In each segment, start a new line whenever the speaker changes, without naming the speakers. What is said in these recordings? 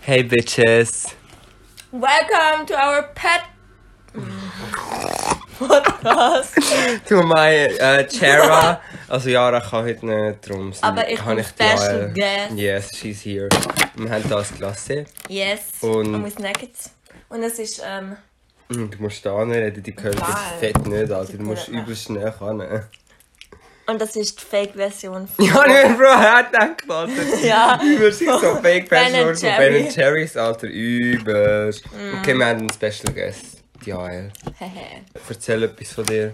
Hey bitches.
Welcome to our pet Podcast.
Du, meine äh, Chara. Also Jara kann heute nicht drum sein.
Aber ich
Habe
bin
die
special
Wahl.
guest.
Yes, she's here. Wir haben hier das Klasse.
Yes.
Und-
Und mit Nuggets. Und es ist ähm,
Und Du musst da reden, die hören
Wahl.
das fett nicht, Alter. Du musst
Ich bin-
übelst schnell können.
und das ist die Fake-Version von
Ja, ne. nicht, Bro, er hat dann gewartet.
Ja.
Übelst ich so fake
Ben
Fashion von
Jerry. Mm.
Ben Cherries, Alter. Übelst. Okay, wir haben einen Special Guest. Die AL. Erzähl etwas von dir.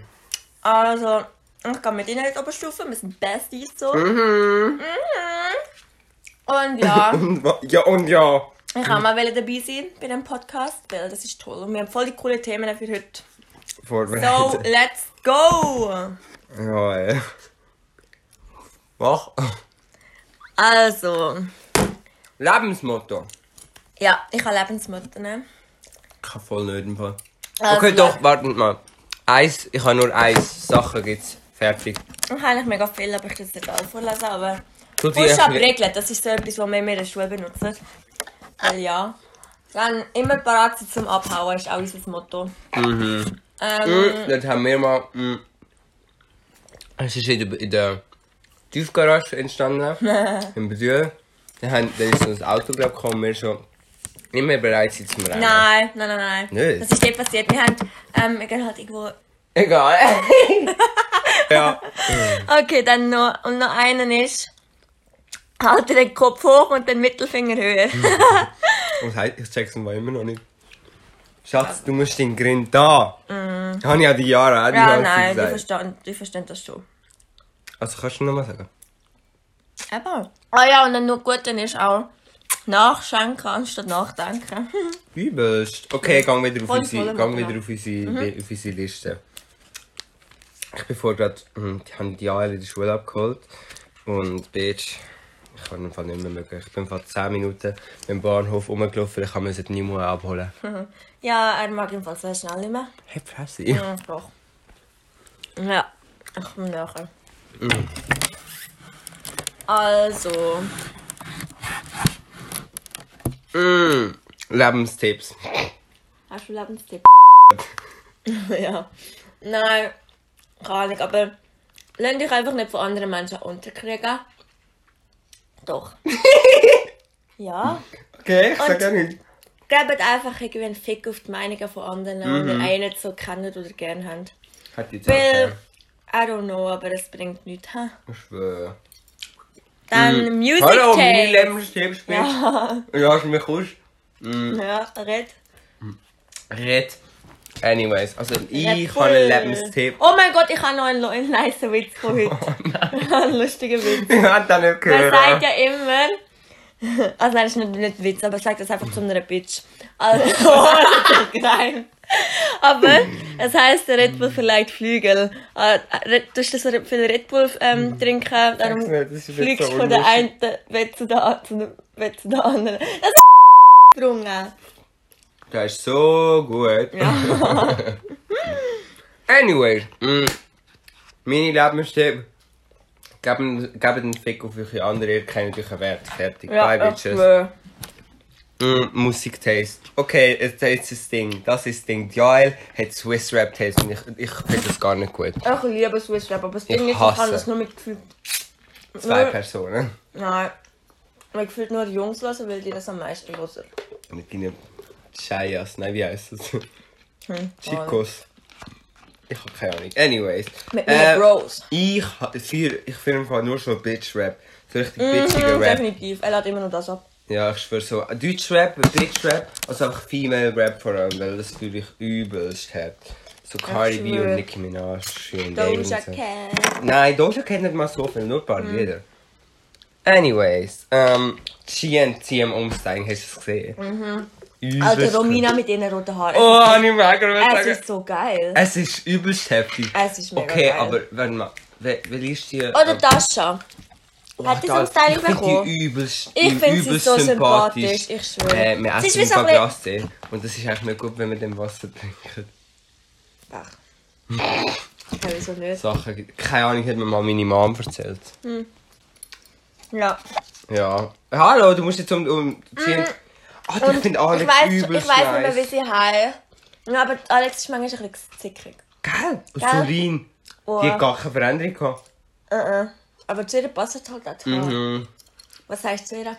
Also, ich gehe mit ihnen in die Oberstufe, wir sind Besties so.
Mhm.
Und ja,
Und wa- ja, und ja.
ich kann mal wieder dabei sein bei dem Podcast, weil das ist toll. Und wir haben voll die coolen Themen für heute. So,
Vorbereitet.
let's go!
Ja, ey. Mach.
Also,
Lebensmotto.
ja, ich habe Lebensmittel, ne?
Kann voll nicht im Fall.
Also,
okay, doch, wartet mal. Eins, ich habe nur eins. Sachen gibt's. Fertig.
Ich habe eigentlich mega viel, aber ich kann es nicht alle vorlesen, aber...
Du
Push-up-Regeln, das ist so etwas, was wir in der Schule benutzen. Weil ja. Dann immer bereit sein zum Abhauen, ist auch unser Motto.
Mhm.
Ähm,
Mhm, Das haben wir mal. mm. Es ist in der, in der Tiefgarage entstanden. Im Brühl. Da haben- da ist so ein Auto glaub, ich, gekommen. Wir schon nicht mehr bereit sind zum Rennen.
nein, nein, nein, nein.
Nicht?
Das ist nicht passiert. Wir haben, ähm, wir gehen halt irgendwo...
Egal. ja.
Okay, dann noch, und noch einen ist... Halte den Kopf hoch und den Mittelfinger höher.
Was heißt, ich check's mal immer noch nicht. Schatz, du musst den Grind da. Mhm. Habe ich ja die Jahre auch die
ja,
ganze Zeit
nein, die
gesagt.
verstehen, die verstehen das schon.
Also kannst du nochmal sagen?
Eben. Ah ja, und dann nur gut, dann ist auch... Nachschenken anstatt nachdenken.
Übelst. Okay, gang wieder auf
Voll
unsere,
voll
gang
machen,
wieder
ja. Mhm.
auf unsere, auf unsere Liste. Ich bin vorher gerade, hm, die haben die AL in der Schule abgeholt. Und Bitch, ich kann im Fall nicht mehr mögen. Ich bin vor 10 Minuten im Bahnhof rumgelaufen, ich musste nicht mehr abholen.
Hm. ja, er mag jedenfalls sehr schnell nicht mehr.
Hey, Fresse.
Ja, doch. Ja, ich komme nachher. Also,
Mm. Lebenstipps.
hast du Lebenstipp? ja. Nein, keine Ahnung, aber lass dich einfach nicht von anderen Menschen unterkriegen. Doch. ja.
Okay, ich
Und-
sag ja nicht.
Gebt einfach irgendwie einen Fick auf die Meinungen von anderen, die ihr eh nicht so kennt oder gerne habt.
Hat jetzt auch
Weil,
keinen.
I don't know, aber das bringt nichts. hä?
Ich schwöre.
Dann Music
Hm. Hallo, meine
Taste.
Lebenstipps, Bitch. Ja. ja, ist mir kurz.
Ja, red.
Red. Anyways, also
Red
ich
Bull.
habe einen Lebenstipp. Oh
Oh mein Gott, ich habe noch einen, lo- einen nice Witz von heute. einen lustigen Witz.
Ich habe das nicht
Man
gehört.
sagt ja immer. Also nein, das ist nicht, nicht ein Witz, aber sagt das einfach zu einer Bitch. Also, nein. Aber es heisst, der Red Bull verleiht Flügel. Äh, Red- Du hast das Red- viel Red Bull ähm, trinken, darum
Sag's nicht, das ist jetzt
fliegst
so
von der einen
unlustig.
Welt zu der, an- zu der, Welt zu der anderen. Das ist drungen.
Das ist so gut. Anyways, mm, meine Lebenstipp. Gebt gebt einen Fick auf eure andere, ihr kennt euren Wert. Fertig. Bye,
Ja, ich
Bitches.
schwör.
Mm, Musiktaste. Okay, es- das ist das Ding. Das ist das Ding. Joel hat Swiss Rap Taste und ich, ich finde das gar nicht gut.
Ich liebe Swiss Rap, aber das
Ich
Ding ist, ich kann
hasse.
das nur mit Gefühl.
Zwei
Nur-
Personen.
Nein. Man gefühlt nur die Jungs hören, weil die das am meisten hören.
Mit deinen Chayas. Nein, wie heißt das?
Hm, Oh.
Chicos. Ich hab keine Ahnung. Anyways. Eh,
Mit meinen Bros.
Ich, ha- für, ich filme einfach nur schon Bitch-Rap. So richtig
mm,
bitchiger Rap.
Definitiv. Er lädt immer nur das ab.
Ja, ich schwöre so. Deutsch-Rap, Bitch-Rap. Also einfach Female-Rap vor allem, weil das natürlich übelst hat. So Cardi B
schwöre.
und Nicki Minaj. und Dave und
Doja
so.
Cat.
Nein, Doja kennt nicht mal so viel, nur ein paar
Mm.
Lieder. Anyways, ähm, GNT am Umsteigen, hast du es gesehen? Mhm.
Alter, Romina mit ihren roten Haaren.
Oh, nicht mehr,
es
ich
ist so geil.
Es ist übelst heftig.
Es ist mega
Okay,
geil.
aber warte mal. Wer, wer ist die?
Oder Tascha.
ähm, oh,
hat die so
da-
einen Style
ich find
bekommen?
Die übelst,
Ich find sie
übelst
so
sympathisch.
sympathisch, ich schwöre.
Äh, wir
Sie
essen
ist wie
ein
so
paar
ein
Glasse und das ist eigentlich nicht gut, wenn wir dem Wasser trinken.
Ach.
Hm.
Ja, wieso nicht?
Sachen, keine Ahnung, hat mir mal meine Mom erzählt.
Ja.
Ja. Hallo, du musst jetzt um... um mm. Ah, die- ich finde Alex
Mhm. ich weiß,
übel
ich weiß nicht mehr,
nice.
wie sie heißt. Ja, aber Alex ist manchmal ein bisschen zickrig.
Gell? Und
Gell?
Solin.
Oh.
Die hat gar keine Veränderung gehabt.
Uh-uh. Aber zu ihr passt halt auch die
Mhm.
Haare. Was heißt zu ihr?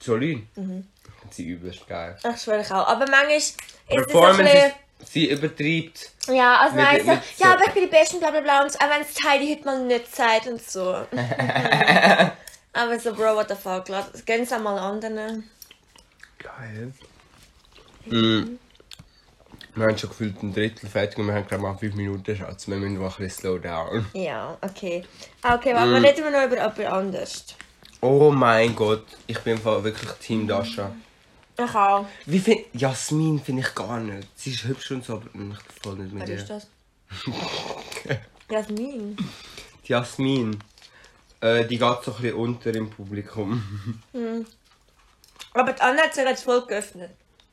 Solin.
Mhm.
Sie übelst geil.
Ach, schwöre ich auch. Aber manchmal ist es so ein
Performance,
bisschen...
ist- sie übertreibt.
Ja, also
Mit-
nein, so,
mit so-
ja, aber ich bin die Beste, bla bla bla. Und so, auch wenn es Heidi heute mal nicht sagt und so. aber so, Bro, what the fuck, gehen es einmal anderen.
Geil. Mhm. Wir haben schon gefühlt ein Drittel fertig und wir haben gerade mal 5 Minuten Schatz. Wir müssen mal ein bisschen slow down.
Ja, okay. Ah, Okay, aber
Mm.
reden wir noch über jemand anderes.
Oh mein Gott, ich bin im Fall wirklich Team Dasha.
Ich auch.
Wie find, Jasmin finde ich gar nicht. Sie ist hübsch und so, aber ich voll nicht mit
Wer ist
ihr.
das? Jasmin.
Die Jasmin, äh, die geht so ein bisschen unter im Publikum.
Aber die Anna hat sich jetzt voll geöffnet.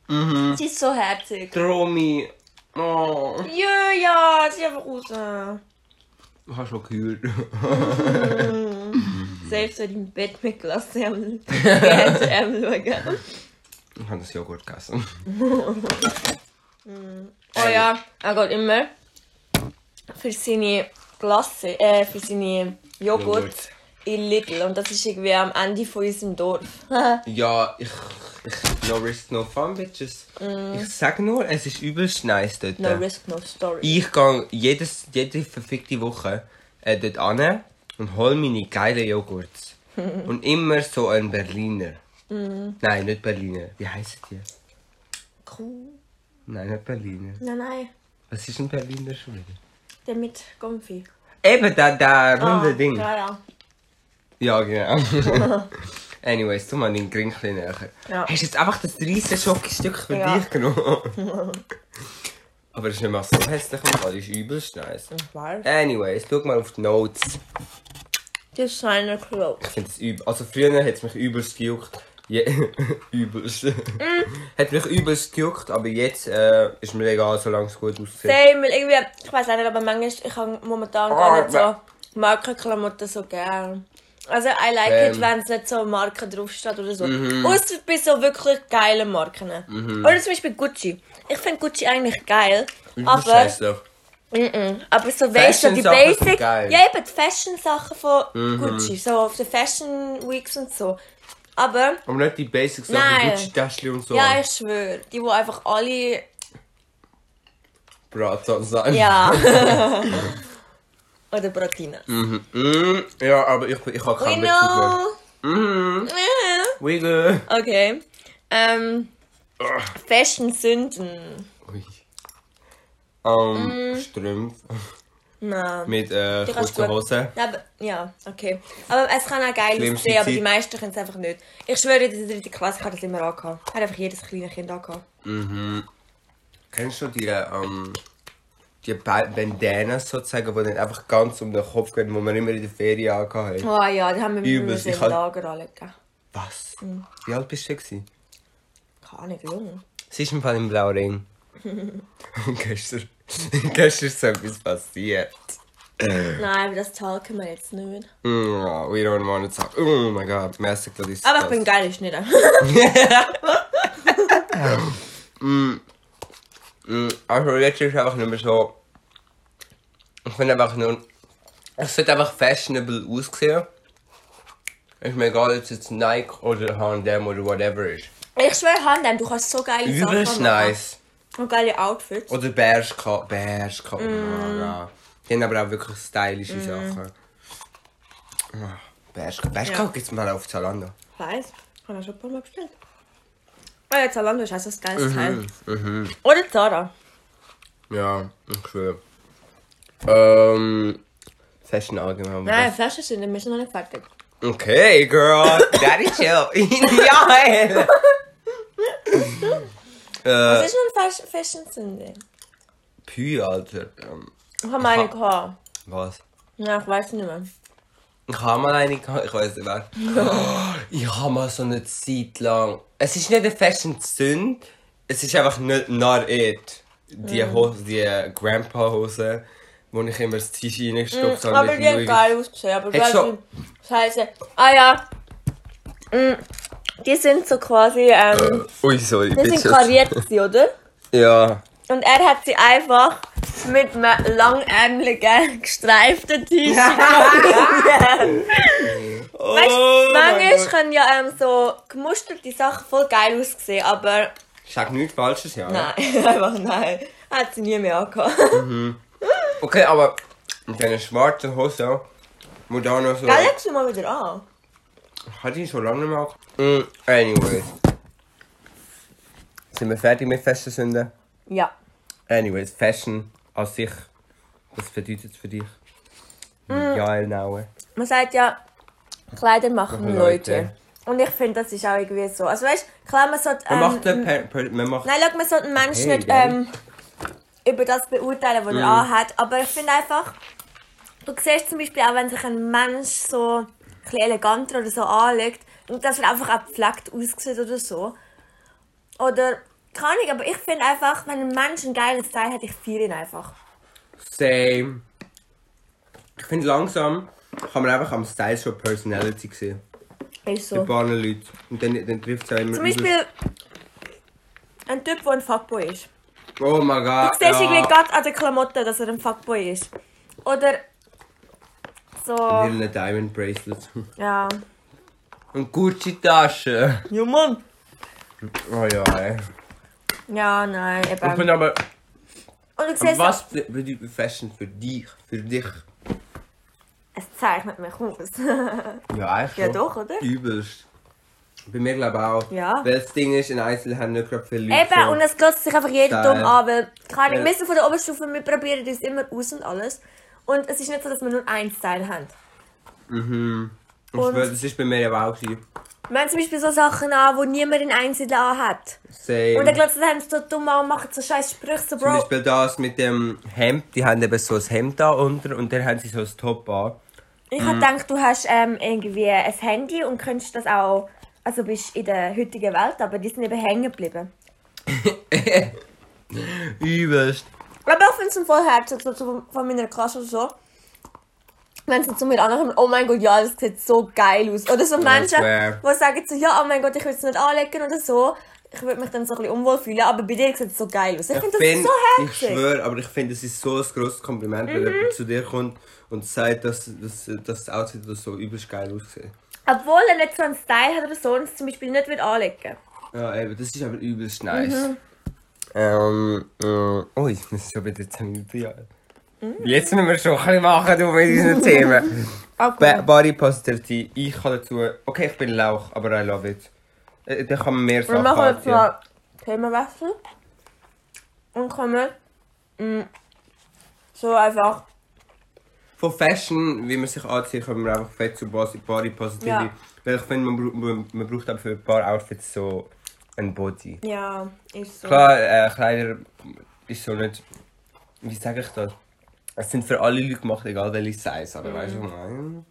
Mhm.
Sie ist so herzig.
Dromi, oh,
Ja, ja, sie ist einfach raus. Safe
ich habe schon gehört.
so im Bett mit Klasse am GSM schauen.
Ich habe das Joghurt gegessen.
Oh ja, er geht immer für seine Klasse, äh, für seine Joghurt
Joghurt.
in Lidl. Und das ist irgendwie am Ende von unserem Dorf.
Ja, ich, ich, no risk, no fun, bitches. Ich sag nur, es ist übelst nice dort.
Mm. No risk, no story.
Ich gehe jedes, jede verfickte Woche äh, dort an und hole meine geilen Joghurts. und immer so ein Berliner.
Mm.
Nein, nicht Berliner. Wie heißen die?
Cool.
Nein, nicht Berliner.
Nein, nein,
Was ist ein Berliner schon wieder?
der mit Gumpfi.
Eben, da, da runde Ding.
Ah, Ja, ja.
Ja, genau. Anyways, tu mal den Grinkli näher.
Ja.
Hast du jetzt einfach das 30 Schokostück für
Ja.
dich genommen? Aber das ist nicht mal so hässlich und das ist übelst nice.
Wow.
Mhm. Anyways, schau mal auf die Notes.
Designer Clothes.
Ich finde es übel. Also früher hat es mich übelst gejuckt. Je übelst.
Mm.
hat mich übelst gejuckt, aber jetzt äh, ist mir egal, solange es gut aussieht.
Same, weil irgendwie, ich weiß auch nicht, aber manchmal, ich habe momentan gar
Ah,
nicht so Markenklamotten so gern. Also, I like it,
Ähm.
wenn es nicht so Marken draufsteht oder so.
Mhm.
Außer bei so wirklich geilen Marken. Oder zum Beispiel Gucci. Ich finde Gucci eigentlich geil.
Übelst
Aber,
hässlich.
aber so, weißt du,
Fashion-Sachen
die
sind
Basic. Ja,
geil. Mhm.
eben die Fashion-Sachen von Gucci. So auf den Fashion Weeks und so. Aber,
Aber nicht die Basics, sondern
Nein.
Gucci-Täschchen und so.
ja, ich schwöre, die, die einfach alle
Bratzahn sein.
Ja. Oder Bratina.
Mhm. Mhm. Ja, aber ich, ich habe
We
keinen Bezug mehr.
know.
Mhm. Wiggle.
Okay. Ähm, Fashion Sünden.
Ui. Ähm, Strümpf.
Na.
Mit äh,
Mm. kannst
kurzen
gut-
Hosen.
Ja, aber, ja, okay. Aber es kann auch geil
Schlimmste
aussehen, aber die
Zeit.
meisten können es einfach nicht. Ich schwöre, in der dritten Klasse hat das immer angehabt. Hat einfach jedes kleine Kind angehabt.
Kennst du die, ähm, die Ba- Bandanas sozusagen, die dann einfach ganz um den Kopf gehen, die wir immer in der Ferien angehabt haben?
Oh ja, die haben wir
Übelst,
müssen
ich
im
hab-
Lager anlegen.
Was?
Hm.
Wie alt bist du? Gewesen?
Keine Ahnung, jung.
Sie ist im Fall im blauen Ring. Und gestern, gestern ist so etwas passiert. Äh.
Nein, aber das talken wir jetzt nicht.
Mm, ja, we don't want to talk. Oh mein Gott, Master Claudius.
Aber ich bin geil geschnitten.
Mm, Also jetzt ist einfach nicht mehr so. Ich finde einfach nur. Es sollte einfach fashionable aussehen. Ist mir egal, ob es jetzt Nike oder HM oder whatever ist.
ich schwöre, Handem, du kannst so geile
Übelst
Sachen machen.
nice.
Und geile Outfits.
Oder Bershka. Bershka. Mm. Ja. Die haben aber auch wirklich stylische Sachen. Ah, Bershka. Bershka
Ja.
gibt's mal auf Zalando.
Weiß. Haben wir schon ein paar Mal bestellt. Ah ja, Zalando ist also das geilste Teil. Oder Zara.
Ja, ich schwöre. Ähm. Fashion allgemein. aber
Nein, Flaschen sind wir sind noch nicht fertig.
Okay, girl. Daddy chill. ja, ey.
Was
äh,
ist noch ein Fas- Fashion-Sünde?
Pü, Alter. Ähm,
Ich habe meine gehabt.
was?
Ja, ich weiß nicht mehr.
Ich habe mal eine gehabt, ich weiß nicht mehr. ich habe mal so eine Zeit lang. Es ist nicht eine Fashion-Sünde, es ist einfach nicht not it. Die
Mhm.
Hose, die Grandpa-Hose, wo ich immer das T-Shirt reingestopft habe.
Mhm, aber
mit
die haben
Louis-
geil ausgesehen. Aber
Hättest
weißt du, Scheiße. Ah ja. Mm, Die sind so quasi, ähm,
Ui, sorry.
die sind
Bitches.
kariert gewesen, oder?
Ja.
Und er hat sie einfach mit einem langärmeligen, gestreiften T-Shirt gefunden. Weißt
Oh
du, manchmal können ja ähm, so gemusterte Sachen voll geil aussehen, aber
Ich sag nichts Falsches, ja.
nein, einfach nein. Hat sie nie mehr angehabt.
Okay, aber mit diesen schwarzen Hosen, wo da noch so.
Geil, legst du mal wieder an.
Hat ich schon lange nicht mehr. Mm, anyways. Sind wir fertig mit Fashion Sünden?
Ja.
Anyways, Fashion an sich, was bedeutet es für dich?
Mm.
Ja, Elnaue.
Man sagt ja, Kleider machen
Machen
Leute.
Leute.
Und ich finde, das ist auch irgendwie so. Also weißt du, klar, man sollte.
Man
ähm,
macht den per, per, man macht
Nein, schau, man sollte einen Menschen
Hey,
nicht
gell? Mm.
ähm, über das beurteilen, was er anhat. Aber ich finde einfach, du siehst zum Beispiel auch, wenn sich ein Mensch so ein bisschen eleganter oder so anlegt, und dass er einfach auch gepflegt aussieht oder so. Oder, keine Ahnung, aber ich finde einfach, wenn ein Mensch ein geiles Teil hat, ich feiere ihn einfach.
same. Ich finde langsam kann man einfach am Style schon Personality sehen.
Ist
Bei
so.
paar Leuten. Und dann, dann trifft es ja immer.
Zum Beispiel ein Typ, der ein Fuckboy ist.
Oh mein Gott.
siehst
ja.
du irgendwie gerade an den Klamotten, dass er ein Fuckboy ist. Oder so,
Little Diamond Bracelet.
ja.
Und Gucci-Tasche.
Ja, Mann.
Oh ja, ey.
Ähm. Ja, nein,
Ich
eben.
bin aber.
Und du siehst,
Aber was bede- bedeutet Fashion für dich? Für dich?
es zeichnet mich aus.
Ja, eigentlich.
Ja,
schon.
doch, oder?
Übelst. Bei mir glaube ich auch.
Ja.
Weil das Ding ist, in Einzel haben nicht gerade viele Leute.
Eben, und es glotzt sich einfach jeder
Geil.
dumm an, weil, keine Ahnung,
Ja.
wir sind von der Oberstufe, wir probieren uns immer aus und alles. Und es ist nicht so, dass wir nur ein Style haben.
Mhm. Und ich schwöre, das ist bei mir aber auch gewesen.
Wir haben zum Beispiel so Sachen an, die niemand in Einzelnen anhat.
Same.
Und dann glotzen sie einem so dumm an und machen so scheiß Sprüche, so
Zum
Bro.
Beispiel das mit dem Hemd. Die haben eben so ein Hemd da unter und dann haben sie so ein Top an.
Ich
Mhm.
hab gedacht, du hast ähm, irgendwie ein Handy und könntest das auch. Also bist in der heutigen Welt, aber die sind eben hängen geblieben.
Übelst.
Aber auch wenn es vorher so, so, so von meiner Klasse oder so, wenn sie zu mir ankommen, oh mein Gott, ja, das sieht so geil aus. Oder so Menschen,
swear.
die sagen so, ja, oh mein Gott, ich würde es nicht anlegen oder so. Ich würde mich dann so ein bisschen unwohl fühlen, aber bei dir sieht es so geil aus. Ich, finde das
bin-
so
Ich
herzig. Mhm.
schwöre, aber ich finde, es ist so ein grosses Kompliment, wenn jemand zu dir kommt und sagt, dass, dass, dass das Outfit oder so übelst geil aussieht.
Obwohl er nicht so einen Style hat oder so und es zum Beispiel nicht wird anlegen
Ja, eben, das ist aber übelst nice.
Mhm.
Ähm, äh, ui, das ist schon wieder 10 Minuten, ja. Jetzt müssen wir schon ein bisschen machen, du mit diesen Themen. Ba-
okay.
Body Positivity, ich kann dazu, okay, ich bin Lauch, aber I love it. Äh, Da kann man mehr
Wir
Sachen
machen jetzt
anziehen.
mal Themenwechsel und kommen mm, so einfach
von Fashion, wie man sich anzieht, kommen wir einfach fett zu Body Body Positivity.
Ja.
Weil ich finde, man, bra- man, man braucht auch für ein paar Outfits so ein Body.
Ja, ist so.
Klar, äh, Kleider ist so nicht. Wie sage ich das? Es sind für alle Leute gemacht, egal welche Size, aber weißt du, was ich meine?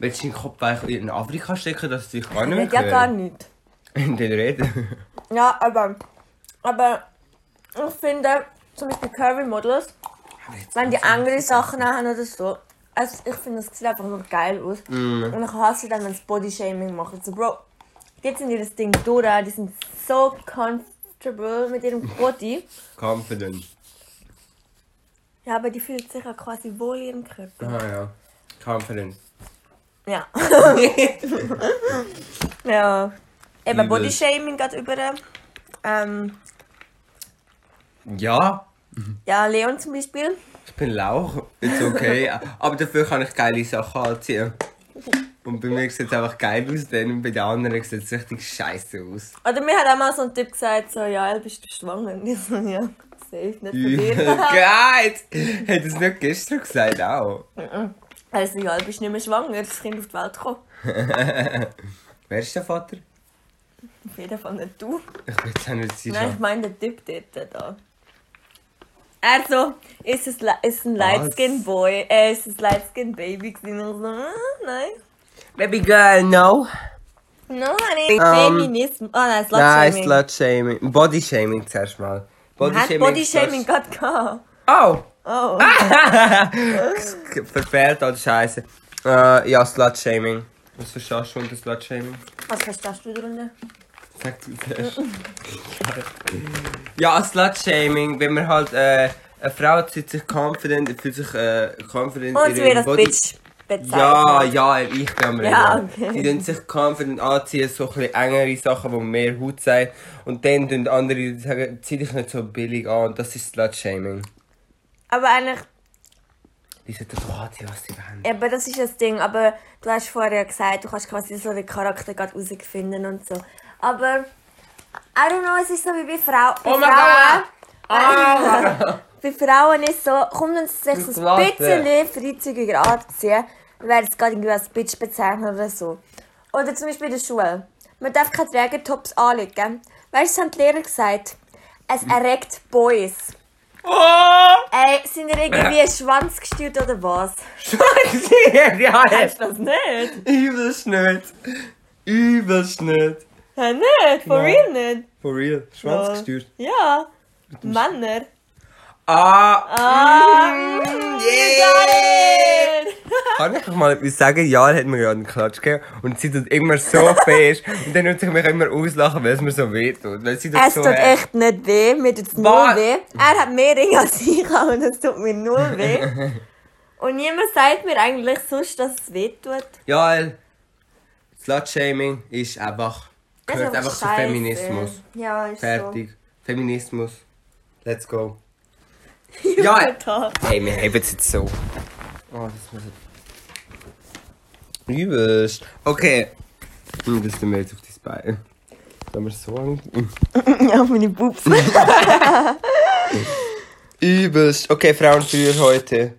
Willst du deinen Kopf einfach in Afrika stecken, dass sie dich gar nicht
Nicht
mehr
ja gar
hören?
nicht.
In den Reden.
Ja, aber, aber ich finde, zum Beispiel Curvy Models, wenn die andere Sachen haben oder so, also ich finde, es sieht einfach nur geil aus. Und ich hasse dann, wenn sie Bodyshaming machen. So, Also, Bro, die sind ihr das Ding durch, die sind so comfortable mit ihrem Body.
Confident.
Ja, aber die fühlt sich ja quasi wohl in ihrem Körper.
Ah ja. Confident.
Ja. ja. Eben
Übel.
Bodyshaming geht über. Ähm,
Ja,
ja, Leon zum Beispiel.
Ich bin Lauch, ist okay. Aber dafür kann ich geile Sachen anziehen. Und bei mir sieht es einfach geil aus, dann und bei den anderen sieht es richtig scheiße aus.
Oder mir hat auch mal so ein Typ gesagt, so, ja, El, bist du schwanger? Und ich so, ja, safe, nicht von dir.
Geil! Hätte es nicht gestern gesagt auch.
also, ja, El, bist nicht mehr schwanger, das Kind auf die Welt kommt.
Wer ist der Vater?
Auf jeden Fall nicht du.
Ich bin jetzt auch nicht
Nein,
sicher.
ich meine den Typ dort da. Also, ist es li- ist ein Lightskin Boy, äh, ist es Lightskin Baby gewesen und so, ah, nein.
Baby girl, no.
No, honey.
Ähm,
Feminismus. Oh nein,
Nein,
Slutshaming.
Slut Shaming. Body Shaming zuerst mal. Body
Hat Bodyshaming
Slut-
gerade gehabt?
Oh!
Oh.
oh, Verfehlt all die Scheiße. Äh, ja, Slut Shaming. Was verstehst du unter Slutshaming?
Was verstehst du darunter?
Sag du zuerst. ja, Slutshaming, wenn man halt äh, eine Frau zieht sich confident, fühlt sich äh, confident
Und sie wird als Bitch bezeichnet.
Ja, ja, ich bin am Reden.
Ja, okay.
Die tun sich confident anziehen, so ein bisschen engere Sachen, die mehr Haut sind. Und dann tun andere die sagen, zieh dich nicht so billig an. Und das ist Slutshaming.
Aber eigentlich,
Die sagen, du anziehen, was sie wollen.
eben, das ist das Ding. Aber du hast vorher gesagt, du kannst quasi so den Charakter gerade herausfinden und so. Aber, I don't know, es ist so wie bei, Frau, bei
Oh mein
Frauen.
Gott! Ah!
Bei Frauen ist so, kommt uns sich so ein
Warte.
bisschen freizügiger anziehen, werden es gerade irgendwie als Bitch bezeichnet oder so. Oder zum Beispiel in der Schule. Man darf keine Trägertops anlegen. Weißt du, das haben die Lehrer gesagt? Es
Hm.
erregt Boys.
Oh!
Ey, sind ihr irgendwie Schwanz gestört oder was?
Scheiße! Ja,
Weißt du das nicht?
Übelst nicht. Übelst nicht.
Ja, nicht, for real nicht.
For real. Schwanz gesteuert.
Ja, Männer.
Ah! mm, yeah.
Geil.
Kann ich euch mal etwas sagen? Ja, hat mir ja einen Klatsch gegeben. Und sie tut immer so fest. Und dann tut sich mich immer auslachen, weil es mir so weh tut. Weil sie tut
Es
so
tut echt nicht weh, mir tut es null
Was?
weh. Er hat mehr Ringe als ich, aber das tut mir null weh. Und niemand sagt mir eigentlich sonst, dass es weh tut.
Ja, Slutshaming ist einfach.
Das
Gehört
ist
einfach zu
scheiße.
Feminismus.
Ja, ist
Fertig. Feminismus. Let's go.
so.
Ja.
Alter.
Hey, wir haben es jetzt so. Oh, das muss ich. Übelst. Okay. Hm, Das tun wir jetzt auf dein Bein. Sollen wir so an? Hm.
Auf meine Pups.
Übelst. Okay, Frauen früher heute.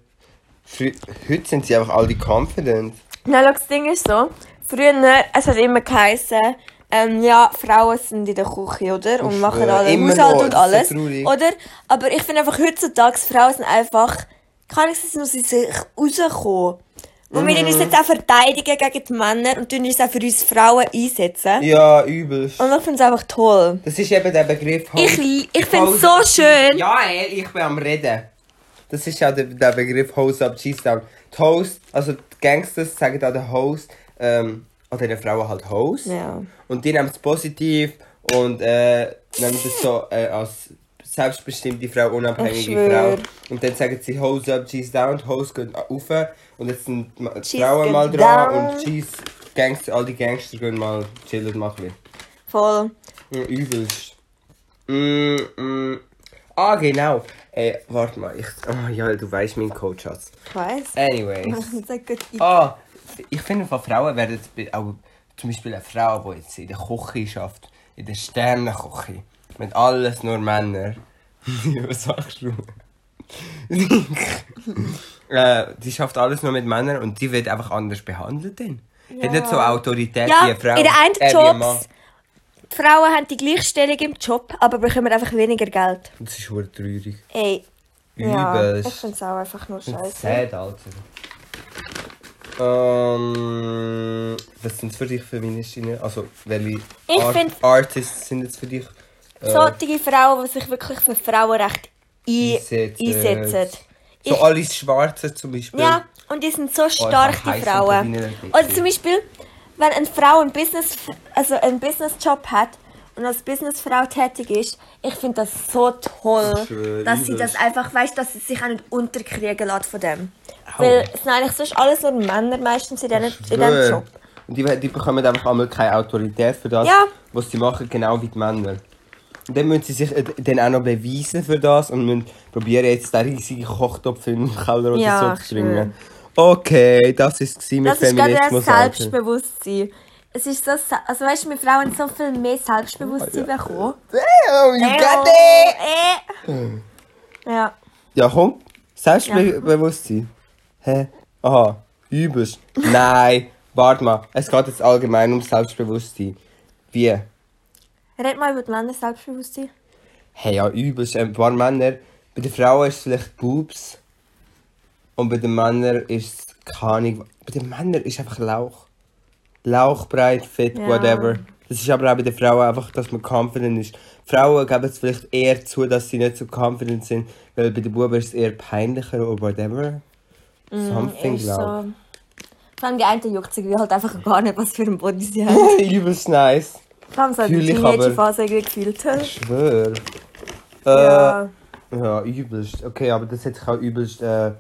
Frü heute sind sie einfach alle confident.
Na, schau, das Ding ist so, früher, es hat immer geheißen, ähm, ja, Frauen sind in der Küche, oder? Und
Ich
machen
schwöre,
alle
immer
Haushalt
noch,
und
das
alles,
ist so traurig.
oder? Aber ich finde einfach, heutzutage, Frauen sind einfach, kann ich es nur sie sich rauskommen. Und wir tun
Mhm.
uns jetzt auch verteidigen gegen die Männer und tun uns auch für uns Frauen einsetzen.
Ja, übelst.
Und ich finde es einfach toll.
Das ist eben der Begriff. halt.
Ich, li- ich finde es so
Hold-
schön.
Ja, ey, ich bin am Reden. Das ist ja der, der Begriff Hose up, Cheese down. Die Host, also die Gangsters sagen da der Host, ähm, oder den Frauen halt Host.
Ja.
Und die nehmen es positiv und äh, nehmen das so äh, als selbstbestimmte Frau,
Ich
unabhängige
schwör.
Frau. Und dann sagen sie Hose up, Cheese down, die Hose gehen rauf. Und jetzt sind die Ma- die
Cheese
Frauen
geht
mal dran
down.
und Cheese, Gangster, all die Gangster gehen mal chillen machen.
Voll.
Ja, übelst. Mm, mm. Ah, genau. Äh, warte mal. Ich, oh, ja, du weißt meinen Coach, Schatz.
Ich weiss.
Äh. Anyways.
Ich sag gut, ich-
Ah, ich finde, von Frauen werden be- auch zum Beispiel eine Frau, die jetzt in der Küche schafft, in der Sternenküche, mit alles nur Männer. Was sagst du? äh, die schafft alles nur mit Männern und die wird einfach anders behandelt. Dann. Hat nicht so Autorität
Ja,
wie eine Frau.
in den einen
äh, wie ein Mann.
Jobs, die Frauen haben die Gleichstellung im Job, aber bekommen einfach weniger Geld.
Das ist wirklich traurig.
Ey. Ja, ich
Übelst.
finde es auch einfach nur scheiße.
Sad, Alter. Ähm, was sind für dich Feministinnen? Also, welche
Ich find-
Artists sind jetzt für dich? Äh, so,
Solche Frauen, die sich wirklich für Frauenrecht ein
Einsetzen.
einsetzen. ich-
Alice Schwarzer zum Beispiel.
Ja, und die sind so
ich
stark,
hab
die
heiß
Frauen.
unter meinen
Oder zum Beispiel, wenn eine Frau einen Business, also einen Businessjob hat und als Businessfrau tätig ist, ich finde das so toll,
Ich schwöre,
dass sie
äh, übelst.
das einfach weiß, dass sie sich auch nicht unterkriegen lässt von dem.
Au.
Weil es sind eigentlich sonst alles nur Männer meistens in diesem in diesem Job.
Und die, die bekommen einfach einmal keine Autorität für das,
Ja.
was sie machen, genau wie die Männer. Und dann müssen sie sich äh, dann auch noch beweisen für das und müssen probieren, jetzt den riesigen Kochtopf in den Keller oder
Ja,
so zu bringen. Okay, das war es mit
Das ist gerade das
Feminismus. Alter.
Selbstbewusstsein. Es ist so, se- also weißt du, wir Frauen haben so viel mehr Selbstbewusstsein bekommen.
Damn, Ah, you got it!
Äh. Ja.
Ja, komm. Selbstbewusstsein. Hä? Aha. Übelst. Nein. Warte mal. Es geht jetzt allgemein um Selbstbewusstsein. Wie?
Red mal über die Männer Selbstbewusstsein.
Hey, ja, übelst. äh, Ein paar Männer. Bei den Frauen ist es vielleicht Boobs. Und bei den Männern ist es keine. Ahnung. Bei den Männern ist einfach Lauch. Lauchbreit, fit,
Ja.
whatever. Das ist aber auch bei den Frauen einfach, dass man confident ist. Frauen geben es vielleicht eher zu, dass sie nicht so confident sind, weil bei den Buben ist es eher peinlicher oder whatever. Something,
Mm, Ist
glaub.
so. Vor allem die einen juckt sie wie halt einfach gar nicht, was für ein Body sie haben.
Übelst nice.
Vor allem so die
Fühl ich
Teenager-Phase irgendwie gefühlt hast.
Schwör. Äh,
Ja.
Ja, übelst. Okay, aber das hat sich auch übelst äh,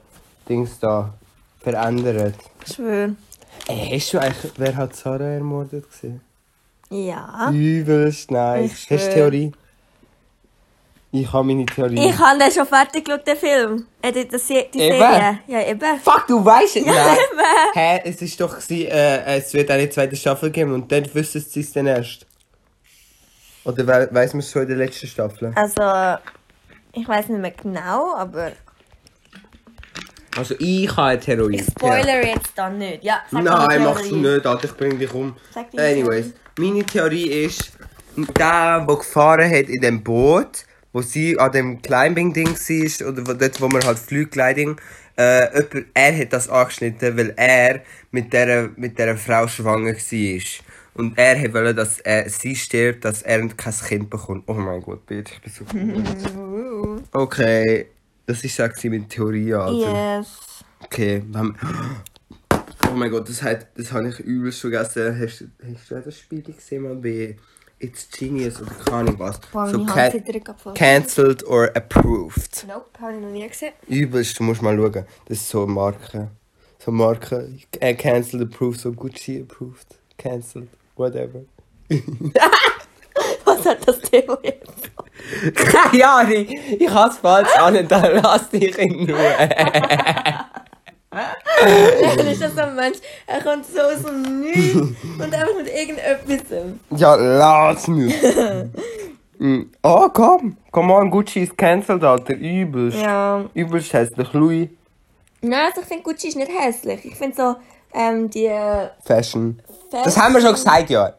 Dings da verändert.
Schwör.
Ey, Äh, hast du eigentlich, wer hat Sarah ermordet gesehen? Ah.
Ja.
Übelst
Ich
nice.
schwör.
Hast du Theorie? Ich habe meine Theorie.
Ich habe den schon fertig geschaut, den Film. Äh, die, die, Se- die
Eben.
Serie. Ja, eben.
Fuck, du weißt es Nein. Hä, es ist doch gewesen, äh, es wird eine zweite Staffel geben und dann wissen sie es dann erst. Oder we weiss man es schon in der letzten Staffel?
Also, ich weiß nicht mehr genau, aber.
Also ich habe eine Theorie.
Ich spoilere jetzt dann nicht. Ja, sag mal die
Nein, mach's
Theorie.
nicht, Alter, ich bring dich um.
Sag deine
Anyways, meine Theorie ist, der, der gefahren hat in dem Boot, wo sie an dem Climbing-Ding war, oder wo, dort, wo man halt Fluggliding, äh, jemand, er hat das angeschnitten, weil er mit dieser mit der Frau schwanger war. Und er hat wollte, dass er, sie stirbt, dass er kein Kind bekommt. Oh mein Gott, bitte, ich bin so verwirrt. Okay, das ist auch meine Theorie, Alter.
Yes.
Okay, dann. Oh mein Gott, das, hat, das habe ich übelst vergessen. Hast, du- hast du auch das Spiel gesehen, mal bei It's Genius oder keine Ahnung was?
Boah,
so
meine
ca-
Hand zittert grad voll.
Cancelled or Approved.
Nope, habe ich noch nie gesehen.
Übelst, du musst mal schauen. Das ist so Marke. So Marke. Äh, cancelled, Approved, so Gucci Approved. Cancelled, whatever.
Was hat das Thema jetzt?
Keine Ahnung, ich hasse falsch an, dann lass dich in Ruhe.
Dann ist das so ein Mensch, er kommt so aus dem Nichts und einfach mit irgendetwas.
Ja, lass mich. Mm. oh, komm. Come on, Gucci ist cancelled, Alter. Übelst.
Ja. Nou,
Übelst hässlich. Louis
Nein, also ich finde Gucci ist nicht hässlich. Ich finde so, ähm, die.
Fashion. Das
Fashion-
haben wir schon gesagt, ja.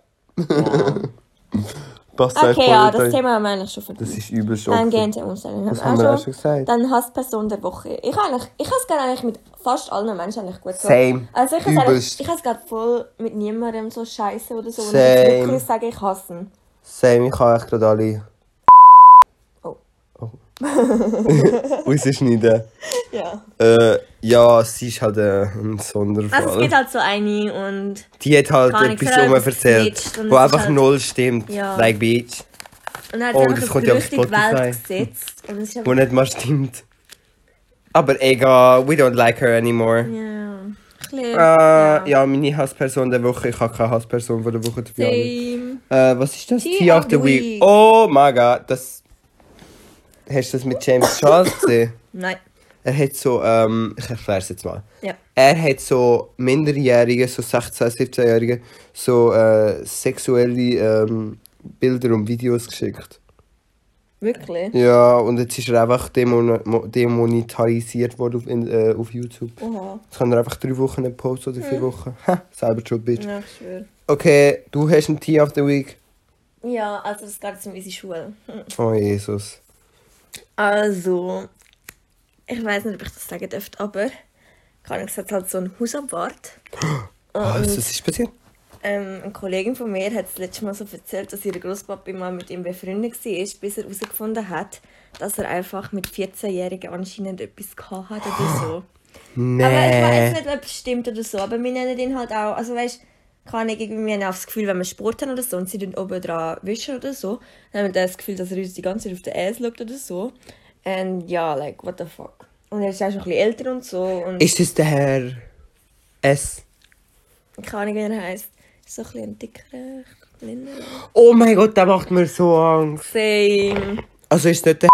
Passt euch voll
Okay, ja,
mit
das
euch.
Thema haben wir eigentlich schon verdient.
Das ist übelst
Dann
okay.
gehen sie umstellen.
Das haben wir auch schon gesagt.
Also, Dann Hassperson der Woche. Ich habe ich es gerne eigentlich mit fast allen Menschen eigentlich gut so.
Same.
Also ich habe
Übelst.
es ich gerade voll mit niemandem so scheiße oder so. Und
Same.
ich wirklich sage, ich hasse ihn.
Sam, ich kann euch gerade alle.
Oh.
Oh. Rausschneiden.
Ja.
Äh, ja, sie ist halt äh, ein Sonderfall.
Also es gibt halt so eine und
Die hat halt
Gar nichts
etwas
selber
umverzählt,
gesnitcht und
wo
es
einfach
ist halt-
null stimmt.
Ja.
Like, bitch.
und er hat
Oh,
einfach
das
auf
kommt
die
ja auf
richtige
Spotify.
Welt gesetzt. Und es ist
wo
einfach,
nicht mal stimmt. Aber egal, we don't like her anymore.
ja, ein bisschen,
Ja,
ja.
Ah, ja meine Hassperson der Woche. Ich habe keine Hassperson von der Woche dafür. Äh,
Same.
was ist das?
Tea
Tea of
of
the
the
Week.
Week.
Oh mein Gott, das. Hast du das mit James Charles gesehen?
Nein.
Er hat so, ähm, ich erkläre es jetzt mal.
Ja.
Er hat so Minderjährige, so 16-, 17-Jährige, so äh, sexuelle ähm, Bilder und Videos geschickt.
Wirklich?
Ja, und jetzt ist er einfach demon mo- demonetarisiert worden auf, in, äh, auf YouTube.
Oha.
Jetzt kann er einfach drei Wochen nicht posten oder
Hm.
vier Wochen. Ha, selber schon, Bitch.
Ja, ich schwöre.
Okay, du hast ein Tea of the Week.
Ja, also das geht jetzt um unsere Schule. Hm.
Oh Jesus.
Also, ich weiß nicht, ob ich das sagen dürfte, aber keine Ahnung, es hat halt so einen Hausabwart.
Was,
Oh, Und
was Oh, ist passiert?
ähm, eine Kollegin von mir hat das letzte Mal so erzählt, dass ihr Großpapi mal mit ihm befreundet war, bis er herausgefunden hat, dass er einfach mit 14-Jährigen anscheinend etwas gehabt hat oder so. Aber ich
Nee.
weiß nicht, ob es stimmt oder so, aber wir nennen ihn halt auch, also weißt keine Ahnung, irgendwie haben auch das Gefühl, wenn wir Sport haben oder so und sie dann oben dran wischen oder so, dann haben wir das Gefühl, dass er uns die ganze Zeit auf den Ass schaut oder so. Und ja, like, what the fuck. Und er ist auch schon ein bisschen älter und so und
Ist das der Herr S?
keine Ahnung, wie er heisst. Ist so ein bisschen ein dickerer, kleiner.
Oh mein Gott, der macht mir so Angst.
Same.
Also ist nicht der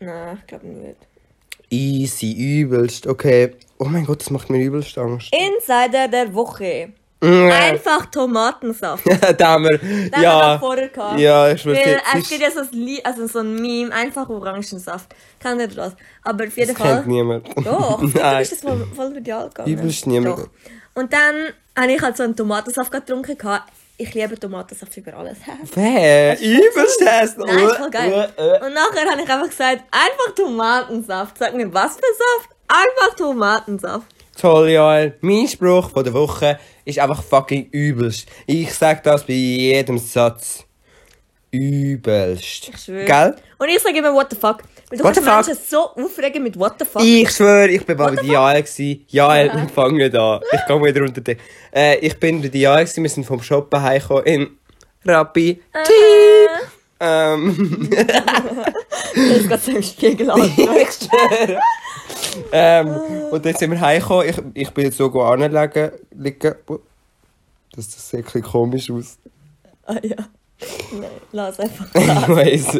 Nein, ich glaube nicht.
Easy, übelst. Okay. Oh mein Gott, das macht mir übelst Angst.
Insider der Woche.
Mm.
Einfach Tomatensaft.
da haben wir.
Den haben wir
ja.
vorher gehabt.
Ja, ich will
Weil Äh, es gibt ja so ein, Lied, also so ein Meme, einfach Orangensaft. Kann nicht das. Aber auf jeden
Das kennt
Fall.
niemand.
Doch, du
Nein.
bist das voll, voll medial gegangen.
Übelst niemand.
Doch. Und dann habe ich halt so einen Tomatensaft gerade getrunken. gehabt. Ich liebe Tomatensaft über alles.
Wer? Übelst hässlich.
Nein, ist voll geil.
Äh, äh, äh.
Und nachher habe ich einfach gesagt, einfach Tomatensaft. Sag mir, was für Saft? Einfach Tomatensaft.
Toll, Joel. Mein Spruch von der Woche ist einfach fucking übelst. Ich sag das bei jedem Satz. übelst.
Ich schwöre.
Gell?
Und ich sage immer, what the fuck. Weil du
What
kannst
the fuck?
Menschen so aufregen mit what the fuck.
Ich schwöre, ich bin bei Dial gsi. Jael, ja, fang nicht an. Ich komm wieder unter dich. Äh, ich bin bei Dial gsi. Wir sind vom Shoppen heimgekommen in Rappi. Tschüss. Ähm,
Das ist gerade so im Spiegel an.
ähm,
Oh.
und dann sind wir heimgekommen. Ich, ich bin jetzt so go anlegen, liegen. Uh, Das, das sieht ein bisschen komisch aus.
ah ja. Nein, lass einfach.
Ich weiss.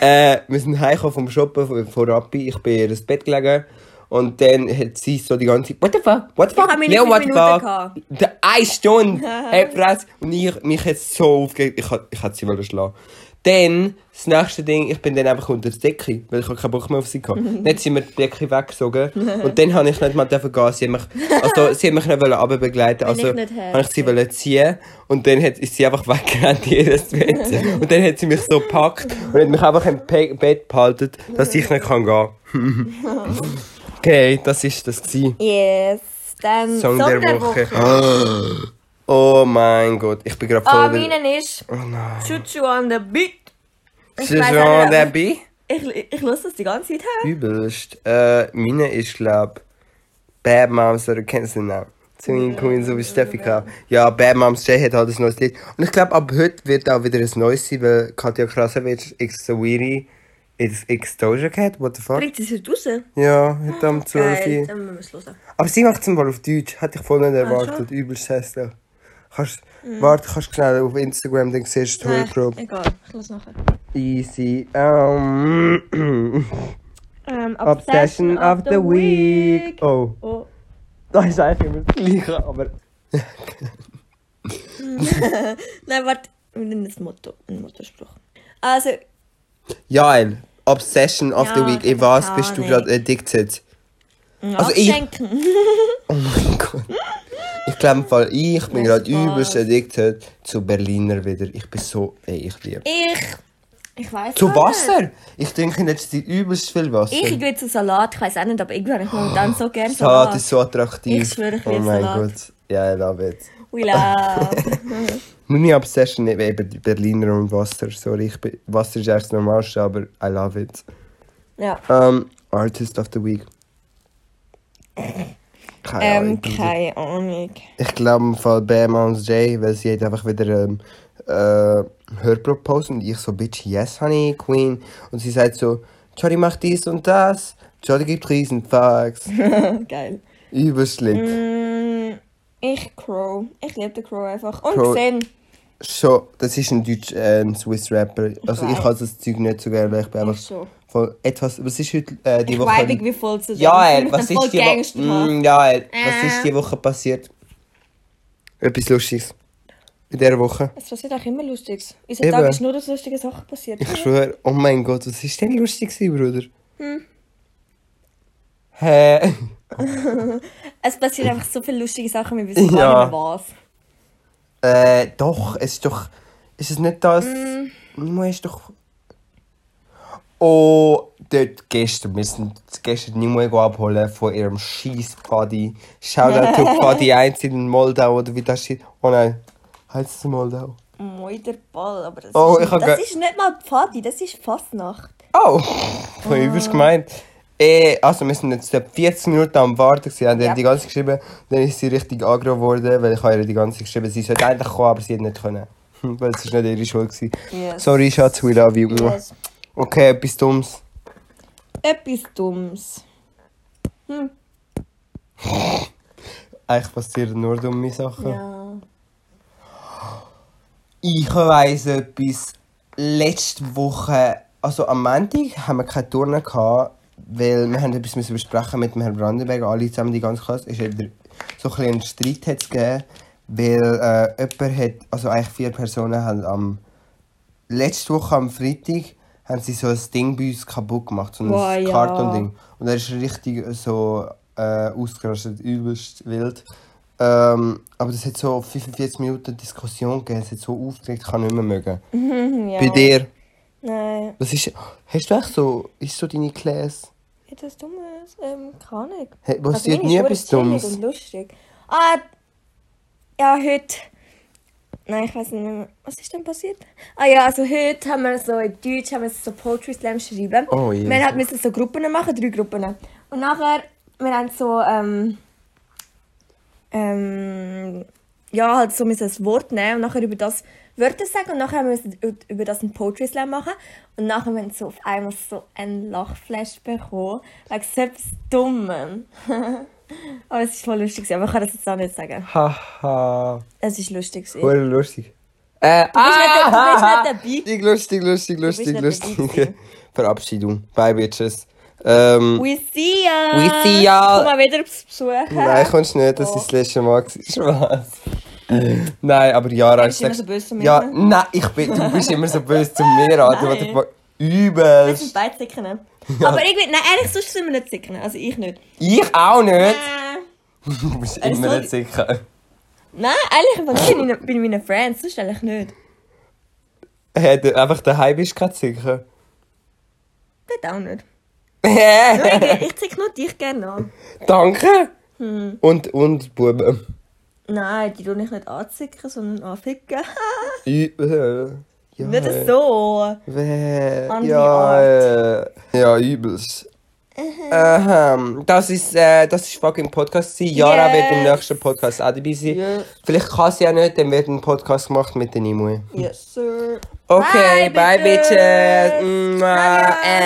äh, wir sind heimgekommen vom Shoppen von, von Rappi. Ich bin in das Bett gelegen. Und dann hat sie so die ganze Zeit, what the fuck, what the fuck,
Ich hab meine
Leo,
fünf
what the
Minuten
fuck.
gehabt.
Der- Eine Stunde, hey, Fresse. Und ich, mich hat so aufgeregt, ich, hat- ich hätte sie wollen schlagen. Dann, das nächste Ding, ich bin dann einfach unter die Decke, weil ich hab keinen Bock mehr auf sie hatte. dann sind wir die Decke weggesogen und dann habe ich nicht mal dürfen gehen. Sie haben mich, also, sie haben mich nicht wollen runterbegleiten, also
ich nicht hätte.
habe ich sie wollen ziehen und dann hat, ist sie einfach weggerannt, jedes Bett. und dann hat sie mich so gepackt und hat mich einfach im Pe Bett behalten, dass ich nicht kann gehen kann. okay, das war das. Gewesen.
Yes. Dann
Song, der, Woche. Oh mein Gott, ich bin gerade voll.
Ah,
der-
meinen ist
oh nein.
Chuchu on the beat. Ich weiss auch
Saison
nicht,
der
aber
B.
ich, ich, ich lasse das die ganze Zeit her.
Übelst. Äh, meine ist, glaub, Bad Moms oder kennst du den Namen? Singing Queen, so wie Steffi Graf. Ja, Bad Moms Jay hat halt ein neues Lied. Und ich glaube, ab heute wird auch wieder ein neues sein, weil Katja Krasowitsch x Sawiri x x Doja Cat, what the fuck?
Bringt sie es heute raus?
Ja, heute am 12.
Geil, dann müssen ähm, wir es hören.
Aber sie macht es mal auf Deutsch. Hätte ich voll nicht erwartet. Übelst hässlich. Kannst, Warte, kannst schnell auf Instagram, dann siehst du die
Nein,
Hörprobe.
Egal, ich lasse nachher.
Easy. Ähm,
Ähm,
Obsession of the Week. Oh,
Oh.
da ist eigentlich immer das Gleiche, aber...
Nein, warte, wir nehmen das Motto, einen Mottospruch. Also,
Jael, Obsession of
Ja,
the Week. In
keine
was bist du
Ahnung.
gerade addicted? Also ich-
abschenken.
Oh mein Gott. Ich glaube, im Fall ich bin
Das
gerade übelst
war's.
addicted zu Berliner wieder. Ich bin so... Ey, ich liebe...
Ich. Ich weiß
Zu Wasser? Ich trinke in letzter Zeit übelst viel Wasser.
Ich gehe zu Salat, ich weiß auch nicht, aber irgendwie habe ich momentan so gerne
Salat
Salat.
ist so attraktiv.
Ich schwöre, ich
Oh
liebe
mein
Salat.
Gott. Ja, ich love it.
We love.
Meine Obsession ist eben die Berliner und Wasser. Sorry, ich bin, Wasser ist erst das Normalste, aber I love it.
ja.
Ähm, Artist of the Week. Keine Ahnung.
Ähm, keine Ahnung.
Ich glaube im Fall bei Mons J, weil sie hat einfach wieder ähm, äh, Hörprobe postet und ich so, Bitch, yes, honey, Queen. Und sie sagt so, Jody macht dies und das. Jody gibt riesen Fucks.
Geil.
Übelst schlimm.
Mm, ich Crow. Ich liebe den Crow einfach. Und
Crow.
gesehen.
Schon, das ist ein deutsch äh, ein Swiss Rapper. Also ich
weiß.
habe das Zeug nicht so gerne, weil ich bin
Ich
einfach
schon.
voll etwas. Was ist heute äh, die
Ich
Woche?
weibig wie voll zu
ja,
dem.
ey, was
Ich bin voll
ist die
Gangster.
Woche? Mm, ja, ey, was
Äh.
ist die Woche passiert? Etwas Lustiges. In dieser Woche.
Es passiert auch immer Lustiges. Unser
Eben.
Tag ist nur, dass lustige Sachen passieren.
Ich schwöre, oh mein Gott, was ist denn lustig gewesen, Bruder?
Hm.
Hä?
Es passieren einfach so viele lustige Sachen, wir wissen
Ja.
gar nicht mehr was.
Äh, doch, es ist doch. Ist es nicht das? Nimo ist doch. Oh, dort gestern. Wir sind gestern Nimo abholen von ihrem scheiß Buddy. Shoutout to Buddy 1 in Moldau oder wie das steht. Oh nein, heißt es Moldau?
Moider Ball, aber das,
Oh,
ist,
ich hab
das
ge-
ist nicht mal Pfadi, das ist Fastnacht.
Oh, ich habe übelst gemeint. Äh, also wir sind jetzt seit 14 Minuten am Warten, sie haben ihr
Ja.
die ganze geschrieben, dann ist sie richtig aggro geworden, weil ich habe ihr die ganze geschrieben, sie sollte eigentlich kommen, aber sie hat nicht können. Hm, Weil es ist nicht ihre Schuld gewesen.
Yes.
Sorry, Schatz, we love you.
Yes.
Okay, etwas Dummes.
Etwas Dummes. Hm,
Eigentlich passieren nur dumme Sachen.
Ja.
Ich weiss etwas. Letzte Woche, also am Montag, haben wir keine Turnen gehabt, weil wir haben etwas müssen besprechen mit dem Herrn Brandenberg, alle zusammen, die ganze Klasse. Es hat wieder so ein bisschen einen Streit hat's gegeben, weil äh, jemand hat, also eigentlich vier Personen haben am. Letzte Woche am Freitag haben sie so ein Ding bei uns kaputt gemacht, so ein
Boah, ja.
Kartonding. Und er ist richtig so äh, ausgerastet, übelst wild. Ähm, aber das hat so 45 Minuten Diskussion gegeben, es hat so aufgeregt, ich kann nicht mehr mögen.
ja.
Bei dir,
Nein.
was ist, hast du echt so, ist so deine Class?
Etwas Dummes? Ähm, keine Ahnung.
Hey,
Also
passiert
meine
nie
ist
etwas
Ah, verdammt chillig
Dummes?
und lustig. Ah, ja, heute. Nein, ich weiß nicht mehr. Was ist denn passiert? Ah ja, also heute haben wir so in Deutsch haben wir so Poetry Slam schreiben.
Oh, Jesus.
Wir halt müssen so Gruppen machen, drei Gruppen. Und nachher, wir haben so, ähm, ähm, ja, halt so müssen ein Wort nehmen und nachher über das Wörter sagen und nachher müssen wir über das einen Poetry Slam machen. Und nachher haben wir so auf einmal so einen Lachflash bekommen, wegen so etwas Dummem. Aber es war voll lustig, gewesen, aber ich kann das jetzt auch nicht sagen.
Haha.
Es war lustig. gewesen.
Voll lustig. Äh, du bist
ah, nicht- du bist nicht
Lustig, lustig, lustig, lustig,
nicht dabei
lustig.
gewesen.
Verabschiedung. Bye, Bitches. Ähm,
We see ya!
We see ya.
Komm mal wieder aufs Besuch.
nein, kommst du nicht, das
Oh.
ist das letzte Mal. gewesen. Spaß. nein, aber Jara
bist immer so böse zu mir,
Ja,
ne?
nein, ich bin, du bist immer so böse zu mir, Alter.
Nein.
What the fuck?
Wir sind
Übelst.
beide Zicken. Aber irgendwie, nein, ehrlich, sonst sind wir nicht Zicken. Also ich nicht.
Ich auch nicht.
Äh,
Du bist
Also,
immer nicht sicher.
nein, ehrlich, aber nicht bin ich bin ich meinen Friends, sonst eigentlich nicht.
Hey, du, einfach daheim bist du gerade sicher.
Geht auch nicht.
Hä?
Nur irgendwie, ich zick nur dich gerne an.
Danke. Und, und, Buben.
Nein, die tun ich nicht anzicken, sondern anficken.
Ü- äh, Ja,
nicht so.
Weh,
Andere
ja,
Art.
äh, ja, übelst. Ähm, das ist, äh, das ist fucking Podcast. gewesen. Jara wird im
Yes.
nächsten Podcast auch dabei sein.
Ja.
Vielleicht kann sie ja nicht, dann wird ein Podcast gemacht mit der Nimue.
Yes, sir.
Okay, bye,
Bye,
bitches.
bitches.
Mua,
Bye,
äh.